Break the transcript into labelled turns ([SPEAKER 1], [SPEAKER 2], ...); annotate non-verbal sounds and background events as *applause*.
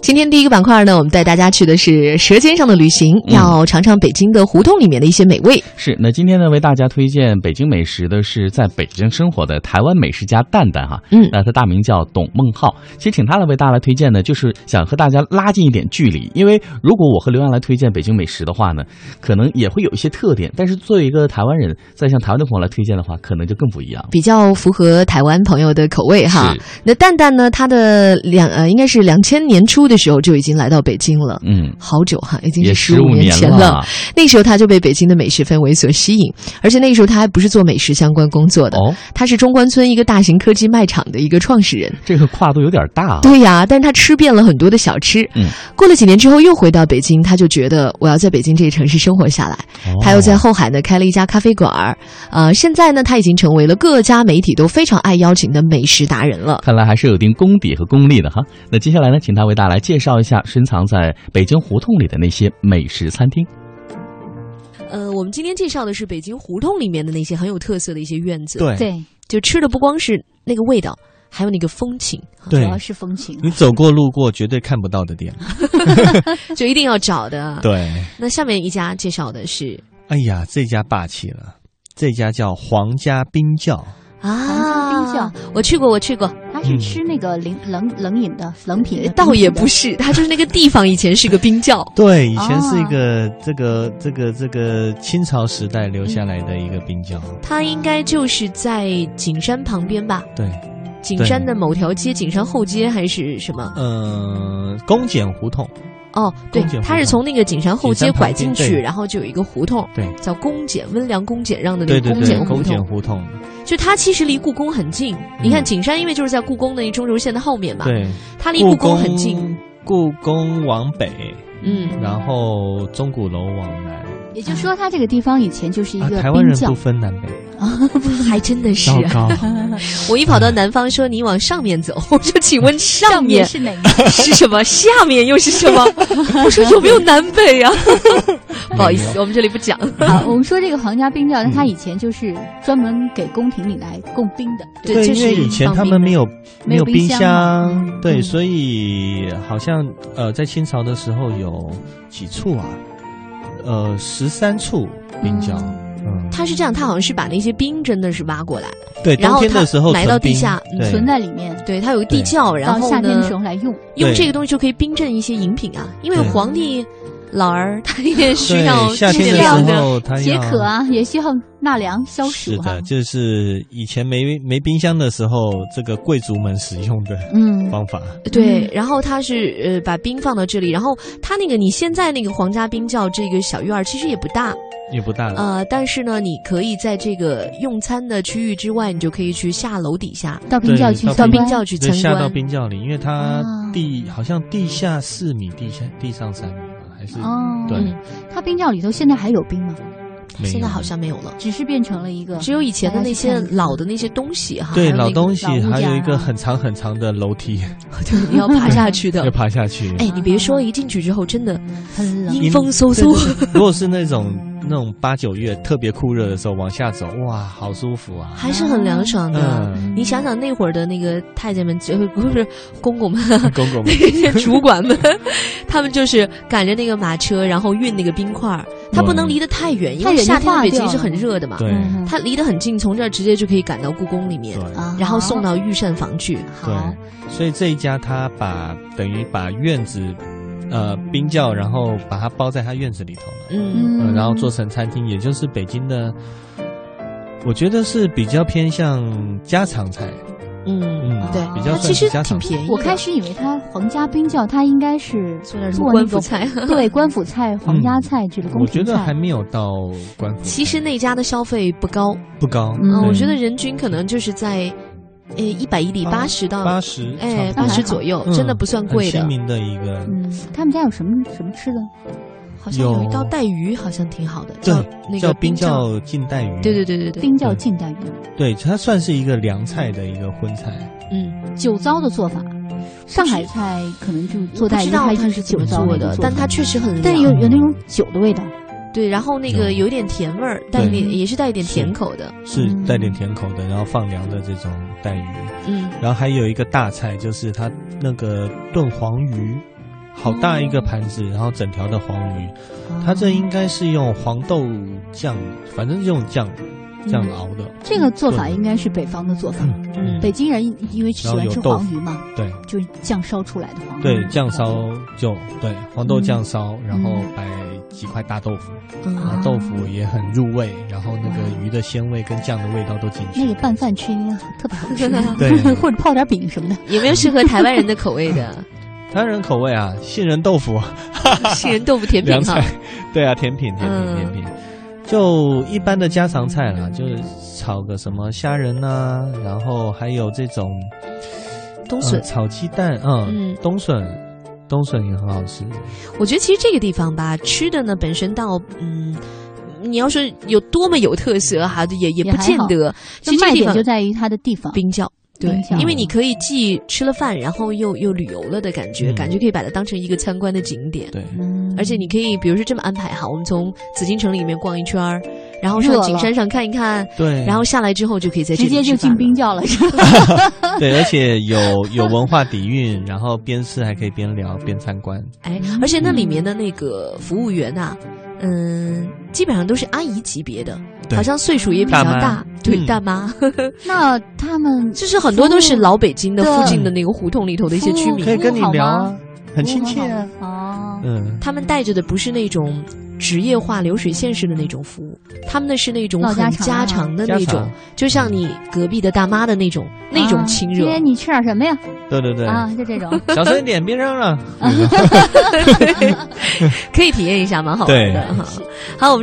[SPEAKER 1] 今天第一个板块呢，我们带大家去的是《舌尖上的旅行》，
[SPEAKER 2] 嗯
[SPEAKER 1] 要尝尝北京的胡同里面的一些美味。
[SPEAKER 2] 是，那今天呢，为大家推荐北京美食的是在北京生活的台湾美食家蛋蛋哈，
[SPEAKER 1] 嗯
[SPEAKER 2] 那他大名叫董孟浩。其实请他来为大家来推荐呢，就是想和大家拉近一点距离，因为如果我和刘洋来推荐北京美食的话呢，可能也会有一些特点，但是作为一个台湾人，再向台湾的朋友来推荐的话，可能就更不一样了。
[SPEAKER 1] 比较符合台湾朋友的口味哈
[SPEAKER 2] 是。
[SPEAKER 1] 那蛋蛋呢，他的两呃，应该是两千年初的时候就已经来到北京了，
[SPEAKER 2] 嗯，
[SPEAKER 1] 好久哈，已经
[SPEAKER 2] 也
[SPEAKER 1] 是
[SPEAKER 2] 十
[SPEAKER 1] 十
[SPEAKER 2] 五
[SPEAKER 1] 五
[SPEAKER 2] 年
[SPEAKER 1] 前
[SPEAKER 2] 了啊
[SPEAKER 1] 那时候他就被北京的美食氛围所吸引，而且那时候他还不是做美食相关工作的，
[SPEAKER 2] 哦，
[SPEAKER 1] 他是中关村一个大型科技卖场的一个创始人。
[SPEAKER 2] 这个跨度有点大啊。
[SPEAKER 1] 对呀，但是他吃遍了很多的小吃。
[SPEAKER 2] 嗯，
[SPEAKER 1] 过了几年之后又回到北京，他就觉得我要在北京这个城市生活下来。
[SPEAKER 2] 哦
[SPEAKER 1] 他又在后海呢开了一家咖啡馆儿，呃，现在呢他已经成为了各家媒体都非常爱邀请的美食达人了。
[SPEAKER 2] 看来还是有一定功底和功力的哈。那接下来呢，请他为大家来介绍一下深藏在北京胡同里的那些美食餐厅。
[SPEAKER 1] 呃，我们今天介绍的是北京胡同里面的那些很有特色的一些院子，，
[SPEAKER 3] 对，
[SPEAKER 4] 对，
[SPEAKER 1] 就吃的不光是那个味道，还有那个风 *laughs* 情，
[SPEAKER 4] 主
[SPEAKER 3] 对嗯
[SPEAKER 4] 要是风情。
[SPEAKER 3] 你走过路过绝对看不到的店。
[SPEAKER 1] 就一定要找的。
[SPEAKER 3] 对，
[SPEAKER 1] 那下面一家介绍的是
[SPEAKER 3] 哎呀，这家霸气了，这家叫皇家冰窖。
[SPEAKER 4] 黄
[SPEAKER 1] 啊
[SPEAKER 4] 江冰窖，
[SPEAKER 1] 我去过，我去过，
[SPEAKER 4] 他是吃那个冷冷冷饮的冷品的，
[SPEAKER 1] 倒也不
[SPEAKER 4] 是
[SPEAKER 1] 是，它就是那个地方以前是个冰 *laughs* 窖。
[SPEAKER 3] 对，以前是一个、这个这个这个清朝时代留下来的一个冰窖。
[SPEAKER 1] 它应该就是在景山旁边吧？
[SPEAKER 3] 对，
[SPEAKER 1] 景山的某条街，景山后街还是什么？
[SPEAKER 3] 嗯、公检胡同。
[SPEAKER 1] 哦，对
[SPEAKER 3] 公检，胡
[SPEAKER 1] 它是
[SPEAKER 3] 同
[SPEAKER 1] 从那个景山后街
[SPEAKER 3] 景山旁
[SPEAKER 1] 拐进
[SPEAKER 3] 边
[SPEAKER 1] 去，
[SPEAKER 3] 对
[SPEAKER 1] 然后就有一个胡同，
[SPEAKER 3] 对
[SPEAKER 1] 叫公检温良公检让的那
[SPEAKER 3] 对
[SPEAKER 1] 个
[SPEAKER 3] 对
[SPEAKER 1] 公
[SPEAKER 3] 对
[SPEAKER 1] 检，胡
[SPEAKER 3] 公检
[SPEAKER 1] 同。
[SPEAKER 3] 胡同。
[SPEAKER 1] 就它其实离故宫很近，你看景山因为就是在故宫的中轴线的后面嘛，
[SPEAKER 3] 对，
[SPEAKER 1] 它离故宫很近。。
[SPEAKER 3] 故宫往北，
[SPEAKER 1] 嗯，
[SPEAKER 3] 然后钟鼓楼往南。
[SPEAKER 4] 也就是说，他这个地方以前就是一
[SPEAKER 3] 啊，
[SPEAKER 4] 个
[SPEAKER 3] 台湾
[SPEAKER 4] 冰
[SPEAKER 3] 人
[SPEAKER 4] 窖
[SPEAKER 3] 不，分南北，
[SPEAKER 1] *laughs* 还真的是
[SPEAKER 3] 糟
[SPEAKER 1] 啊。
[SPEAKER 3] 糕。
[SPEAKER 1] 我一跑
[SPEAKER 3] 嗯
[SPEAKER 1] 到南方说你往上面走， *laughs* 我说请
[SPEAKER 3] *laughs*
[SPEAKER 1] 问上
[SPEAKER 4] 上面
[SPEAKER 1] 面
[SPEAKER 4] 是哪个？
[SPEAKER 1] 是什么？下面又是什么？ *laughs* 我说有没有南北啊？ *laughs* 不好意思，我们这里不讲。
[SPEAKER 4] *laughs* 啊，我们说这个皇家冰窖，那它以前就是专门给宫廷里来供冰的。
[SPEAKER 1] 对，
[SPEAKER 3] 因为以前他们没有
[SPEAKER 4] 没有
[SPEAKER 3] 有
[SPEAKER 4] 冰
[SPEAKER 3] 冰
[SPEAKER 4] 箱嘛
[SPEAKER 3] 对，
[SPEAKER 4] 嗯
[SPEAKER 3] 所以好像呃，在清朝的时候有几处啊，呃，十三处冰窖，嗯，
[SPEAKER 1] 他是这样，他好像是把那些冰真的是挖过来，
[SPEAKER 3] 对，
[SPEAKER 1] 然
[SPEAKER 3] 冬
[SPEAKER 1] 后
[SPEAKER 3] 天的时候
[SPEAKER 1] 它埋到地
[SPEAKER 3] 存冰
[SPEAKER 1] 下嗯
[SPEAKER 3] 对
[SPEAKER 4] 存在里面，
[SPEAKER 1] 对，他有个地
[SPEAKER 3] 对
[SPEAKER 1] 窖，然
[SPEAKER 4] 到
[SPEAKER 1] 后
[SPEAKER 4] 夏天的
[SPEAKER 1] 呢
[SPEAKER 4] 时，候来用。
[SPEAKER 1] 用
[SPEAKER 3] 对
[SPEAKER 1] 这个东西就可以冰镇一些饮品啊，因为
[SPEAKER 3] 对
[SPEAKER 1] 皇帝老儿他也需
[SPEAKER 3] 对
[SPEAKER 1] 要
[SPEAKER 3] 夏
[SPEAKER 1] 吃
[SPEAKER 3] 天
[SPEAKER 1] 点
[SPEAKER 3] 的
[SPEAKER 1] 凉
[SPEAKER 3] 时
[SPEAKER 1] 的。
[SPEAKER 3] 候它
[SPEAKER 4] 解
[SPEAKER 3] 要
[SPEAKER 4] 渴。啊，也需要纳凉消暑
[SPEAKER 3] 是
[SPEAKER 4] 啊
[SPEAKER 3] 的，。就是以前没没冰箱的时候，这个贵族们使用的
[SPEAKER 4] 嗯，
[SPEAKER 3] 方法。
[SPEAKER 1] 对，然后他是呃把冰放到这里，然后他那个你现在那个皇家冰窖这个小院儿其实也不大，
[SPEAKER 3] 也不大了，
[SPEAKER 1] 呃，但是呢，你可以在这个用餐的区域之外，你就可以去下楼底下
[SPEAKER 4] 到冰
[SPEAKER 3] 对
[SPEAKER 4] 窖去
[SPEAKER 3] 到
[SPEAKER 1] 到
[SPEAKER 4] 参
[SPEAKER 1] 冰
[SPEAKER 3] 冰
[SPEAKER 4] 观
[SPEAKER 1] 窖去
[SPEAKER 3] 对，
[SPEAKER 1] 参
[SPEAKER 3] 下到
[SPEAKER 1] 观。
[SPEAKER 3] 冰窖里，因为它
[SPEAKER 4] 啊
[SPEAKER 3] 地好像地下四米，地下地上三米吧，还是
[SPEAKER 4] 哦，
[SPEAKER 3] 对
[SPEAKER 1] 嗯，
[SPEAKER 4] 它冰窖里头现在还有冰吗？
[SPEAKER 3] 没
[SPEAKER 1] 现在
[SPEAKER 3] 有
[SPEAKER 1] 好像没有了，
[SPEAKER 4] 只是变成了一个
[SPEAKER 1] 只有以前的
[SPEAKER 4] 大家
[SPEAKER 1] 那
[SPEAKER 4] 去
[SPEAKER 1] 些
[SPEAKER 4] 看一看
[SPEAKER 1] 老的那些东西哈。
[SPEAKER 3] 对
[SPEAKER 1] 还有那
[SPEAKER 3] 老
[SPEAKER 1] 个
[SPEAKER 3] 东西
[SPEAKER 4] 老，物
[SPEAKER 3] 还有
[SPEAKER 4] 件
[SPEAKER 3] 一
[SPEAKER 4] 啊
[SPEAKER 3] 个很长很长的楼梯
[SPEAKER 1] 对，你要爬下去
[SPEAKER 3] *laughs* 要
[SPEAKER 1] 的。
[SPEAKER 3] 爬下去。
[SPEAKER 1] 哎，你别说，一进去之后真的
[SPEAKER 4] 嗯很冷。
[SPEAKER 1] 阴风嗖
[SPEAKER 3] 对
[SPEAKER 1] 嗖。
[SPEAKER 3] 对对如果是那种那种八九月特别酷热的时候往下走，哇，好舒服啊！
[SPEAKER 1] 还是很凉爽的。
[SPEAKER 3] 嗯，
[SPEAKER 1] 你想想那会儿的那个太监们，就不是公公们，
[SPEAKER 3] *laughs* 公
[SPEAKER 1] *laughs* 那
[SPEAKER 3] 公们
[SPEAKER 1] 些主管们，他们就是赶着那个马车，然后运那个冰块儿。他不能离得太远，因
[SPEAKER 4] 太
[SPEAKER 1] 为
[SPEAKER 4] 远就
[SPEAKER 1] 夏天的
[SPEAKER 4] 化
[SPEAKER 1] 北京
[SPEAKER 4] 掉
[SPEAKER 1] 是很
[SPEAKER 4] 了
[SPEAKER 1] 热的嘛。
[SPEAKER 3] 对
[SPEAKER 4] 嗯
[SPEAKER 1] 他离得很近，从这儿直接就可以赶到故宫里面，
[SPEAKER 3] 对
[SPEAKER 4] 啊，
[SPEAKER 1] 然后送到御膳房去。
[SPEAKER 4] 好，
[SPEAKER 3] 对，所以这一家他把等于把院子呃冰窖，然后把它包在他院子里头了，
[SPEAKER 1] 嗯，
[SPEAKER 3] 呃然后做成餐厅，也就是北京的。我觉得是比较偏向家常菜，
[SPEAKER 1] 嗯，
[SPEAKER 3] 嗯，
[SPEAKER 1] 对，
[SPEAKER 3] 比较
[SPEAKER 1] 它
[SPEAKER 3] 算
[SPEAKER 1] 其实
[SPEAKER 3] 是家
[SPEAKER 1] 挺
[SPEAKER 3] 常菜。
[SPEAKER 1] 便宜的。
[SPEAKER 4] 我开始以为它皇家冰窖，它应该是
[SPEAKER 1] 做点什么
[SPEAKER 4] 做
[SPEAKER 1] 官府
[SPEAKER 4] 那种
[SPEAKER 3] *laughs*
[SPEAKER 1] 菜。
[SPEAKER 4] *laughs* 对官府菜、皇家菜之类的
[SPEAKER 3] 嗯我
[SPEAKER 4] 宫
[SPEAKER 3] 觉
[SPEAKER 4] 廷
[SPEAKER 3] 得还
[SPEAKER 4] 菜。
[SPEAKER 3] 没有到官府，
[SPEAKER 1] 其实那家的消费不高，
[SPEAKER 3] 不高，
[SPEAKER 4] 嗯
[SPEAKER 1] 嗯，我
[SPEAKER 3] 对
[SPEAKER 1] 觉得人均可能就是在，呃，一百一里八十到，
[SPEAKER 3] 八十，
[SPEAKER 1] 哎，
[SPEAKER 3] 差
[SPEAKER 1] 八
[SPEAKER 3] 不多
[SPEAKER 1] 十左右，
[SPEAKER 3] 嗯
[SPEAKER 1] 真的不算贵
[SPEAKER 3] 很
[SPEAKER 1] 的
[SPEAKER 3] 亲。民的一个，
[SPEAKER 4] 嗯，他们家有什么什么吃的？
[SPEAKER 1] 好像有一
[SPEAKER 3] 有
[SPEAKER 1] 道带鱼，好像挺好的，
[SPEAKER 3] 对
[SPEAKER 1] 叫那
[SPEAKER 3] 叫
[SPEAKER 1] 个
[SPEAKER 3] 冰
[SPEAKER 1] 窖。
[SPEAKER 3] 窖近代鱼。
[SPEAKER 1] 对对对对对，
[SPEAKER 4] 冰窖近代鱼，
[SPEAKER 3] 对，它算是一个凉菜的一个荤菜，
[SPEAKER 1] 嗯，
[SPEAKER 4] 酒糟的做法。上海菜可能就做
[SPEAKER 1] 不
[SPEAKER 4] 代
[SPEAKER 1] 知
[SPEAKER 4] 鱼，
[SPEAKER 1] 道它
[SPEAKER 4] 它就是是
[SPEAKER 1] 怎
[SPEAKER 4] 酒
[SPEAKER 1] 么
[SPEAKER 4] 糟
[SPEAKER 1] 做
[SPEAKER 4] 那个
[SPEAKER 1] 的，
[SPEAKER 4] 做
[SPEAKER 1] 但
[SPEAKER 4] 法
[SPEAKER 1] 它确实很
[SPEAKER 4] 但
[SPEAKER 1] 凉
[SPEAKER 4] 有有那种酒的味道。
[SPEAKER 1] 对，然后那个有点甜味儿，带一点也是带一点甜口的，
[SPEAKER 3] 嗯是
[SPEAKER 4] 嗯
[SPEAKER 3] 带点甜口的，然后放凉的这种带鱼。
[SPEAKER 1] 嗯，
[SPEAKER 3] 然后还有一个大菜，就是它那个炖黄鱼，好大一个盘
[SPEAKER 1] 嗯
[SPEAKER 3] 子，然后整条的黄鱼，它这应该是用黄豆酱，反正是用酱这样熬的，
[SPEAKER 4] 这个做法应该是北方的做法。
[SPEAKER 1] 嗯
[SPEAKER 4] 北京人因因为喜欢吃
[SPEAKER 3] 然后有豆
[SPEAKER 4] 黄
[SPEAKER 3] 腐
[SPEAKER 4] 鱼嘛，
[SPEAKER 3] 嗯对
[SPEAKER 4] 就是酱烧出来的黄鱼。
[SPEAKER 3] 对，酱烧就对黄豆酱烧，然后摆几块大豆腐，然
[SPEAKER 4] 嗯
[SPEAKER 3] 后豆腐也很入味，然后那个鱼的鲜味跟酱的味道都进去，，
[SPEAKER 4] 那个拌饭吃应该特别好吃
[SPEAKER 1] *laughs*
[SPEAKER 3] 对
[SPEAKER 4] *laughs* 或者泡点饼什么的。
[SPEAKER 1] 有嗯没有适合台湾人的口味
[SPEAKER 3] *laughs*
[SPEAKER 1] 的
[SPEAKER 3] 台湾人口味啊，杏仁豆腐。
[SPEAKER 1] 杏仁豆腐甜品
[SPEAKER 3] 凉
[SPEAKER 1] 哈
[SPEAKER 3] 菜？， *laughs* 对啊，甜品，甜
[SPEAKER 1] 嗯
[SPEAKER 3] 品，甜品。就一般的家常菜啦，就是炒个什么虾仁呐、然后还有这种
[SPEAKER 1] 冬
[SPEAKER 3] 呃
[SPEAKER 1] 笋，
[SPEAKER 3] 炒鸡蛋，嗯
[SPEAKER 1] 嗯，
[SPEAKER 3] 冬笋，冬笋也很好吃。
[SPEAKER 1] 我觉得其实这个地方吧，吃的呢本身到嗯。你要说有多么有特色哈、也也
[SPEAKER 4] 也
[SPEAKER 1] 不
[SPEAKER 4] 还
[SPEAKER 1] 见
[SPEAKER 4] 好
[SPEAKER 1] 得。其实这
[SPEAKER 4] 卖
[SPEAKER 1] 个地
[SPEAKER 4] 点
[SPEAKER 1] 方
[SPEAKER 4] 就在于它的地方，
[SPEAKER 1] 冰窖，对
[SPEAKER 4] 冰窖，
[SPEAKER 1] 因为你可以既吃了饭，然后又又旅游了的感觉，
[SPEAKER 3] 嗯
[SPEAKER 1] 感觉可以把它当成一个参观的景点。
[SPEAKER 3] 对，
[SPEAKER 4] 嗯
[SPEAKER 1] 而且你可以，比如说这么安排哈，我们从紫禁城里面逛一圈儿，然后上
[SPEAKER 4] 热
[SPEAKER 1] 景
[SPEAKER 4] 了
[SPEAKER 1] 山上看一看，
[SPEAKER 3] 对，
[SPEAKER 1] 然后下来之后就可以在这
[SPEAKER 4] 直
[SPEAKER 1] 里
[SPEAKER 4] 接
[SPEAKER 1] 吃
[SPEAKER 4] 就
[SPEAKER 1] 饭
[SPEAKER 4] 进冰
[SPEAKER 1] 了。
[SPEAKER 4] 窖了，
[SPEAKER 1] *laughs*
[SPEAKER 4] 是吧？ *laughs*
[SPEAKER 3] 对，而且有有文化底蕴，然后边吃还可以边聊边参观。
[SPEAKER 1] 哎，而且那里
[SPEAKER 4] 嗯
[SPEAKER 1] 面的那个服务员呐、嗯，基本上都是阿姨级别的，
[SPEAKER 3] 对
[SPEAKER 1] 好像岁数也比较
[SPEAKER 3] 大妈
[SPEAKER 1] 大，对
[SPEAKER 3] 嗯
[SPEAKER 1] 大妈， *laughs*
[SPEAKER 4] 那他们
[SPEAKER 1] 就是很多都是老北京的
[SPEAKER 4] 服务
[SPEAKER 1] 附近的那个胡同里头的一些居
[SPEAKER 4] 服务
[SPEAKER 1] 民
[SPEAKER 3] 可以，跟你
[SPEAKER 4] 好吗
[SPEAKER 3] 聊啊，很亲切啊。
[SPEAKER 4] 哦，
[SPEAKER 3] 嗯，
[SPEAKER 1] 他们带着的不是那种职业化流水线式的那种服务，他们的是那种
[SPEAKER 4] 老家
[SPEAKER 1] 很
[SPEAKER 4] 常啊
[SPEAKER 1] 家常的
[SPEAKER 3] 家
[SPEAKER 1] 那种
[SPEAKER 3] 常，
[SPEAKER 1] 就像你隔壁的大妈的那种那种
[SPEAKER 4] 啊
[SPEAKER 1] 亲
[SPEAKER 4] 今
[SPEAKER 1] 热。
[SPEAKER 4] 天你吃点什么呀？
[SPEAKER 3] 对对对，
[SPEAKER 4] 啊，就这种。
[SPEAKER 3] 小声一点，别嚷嚷。
[SPEAKER 1] 可以体验一下，蛮好玩的
[SPEAKER 3] 对
[SPEAKER 1] 哈。好，我们。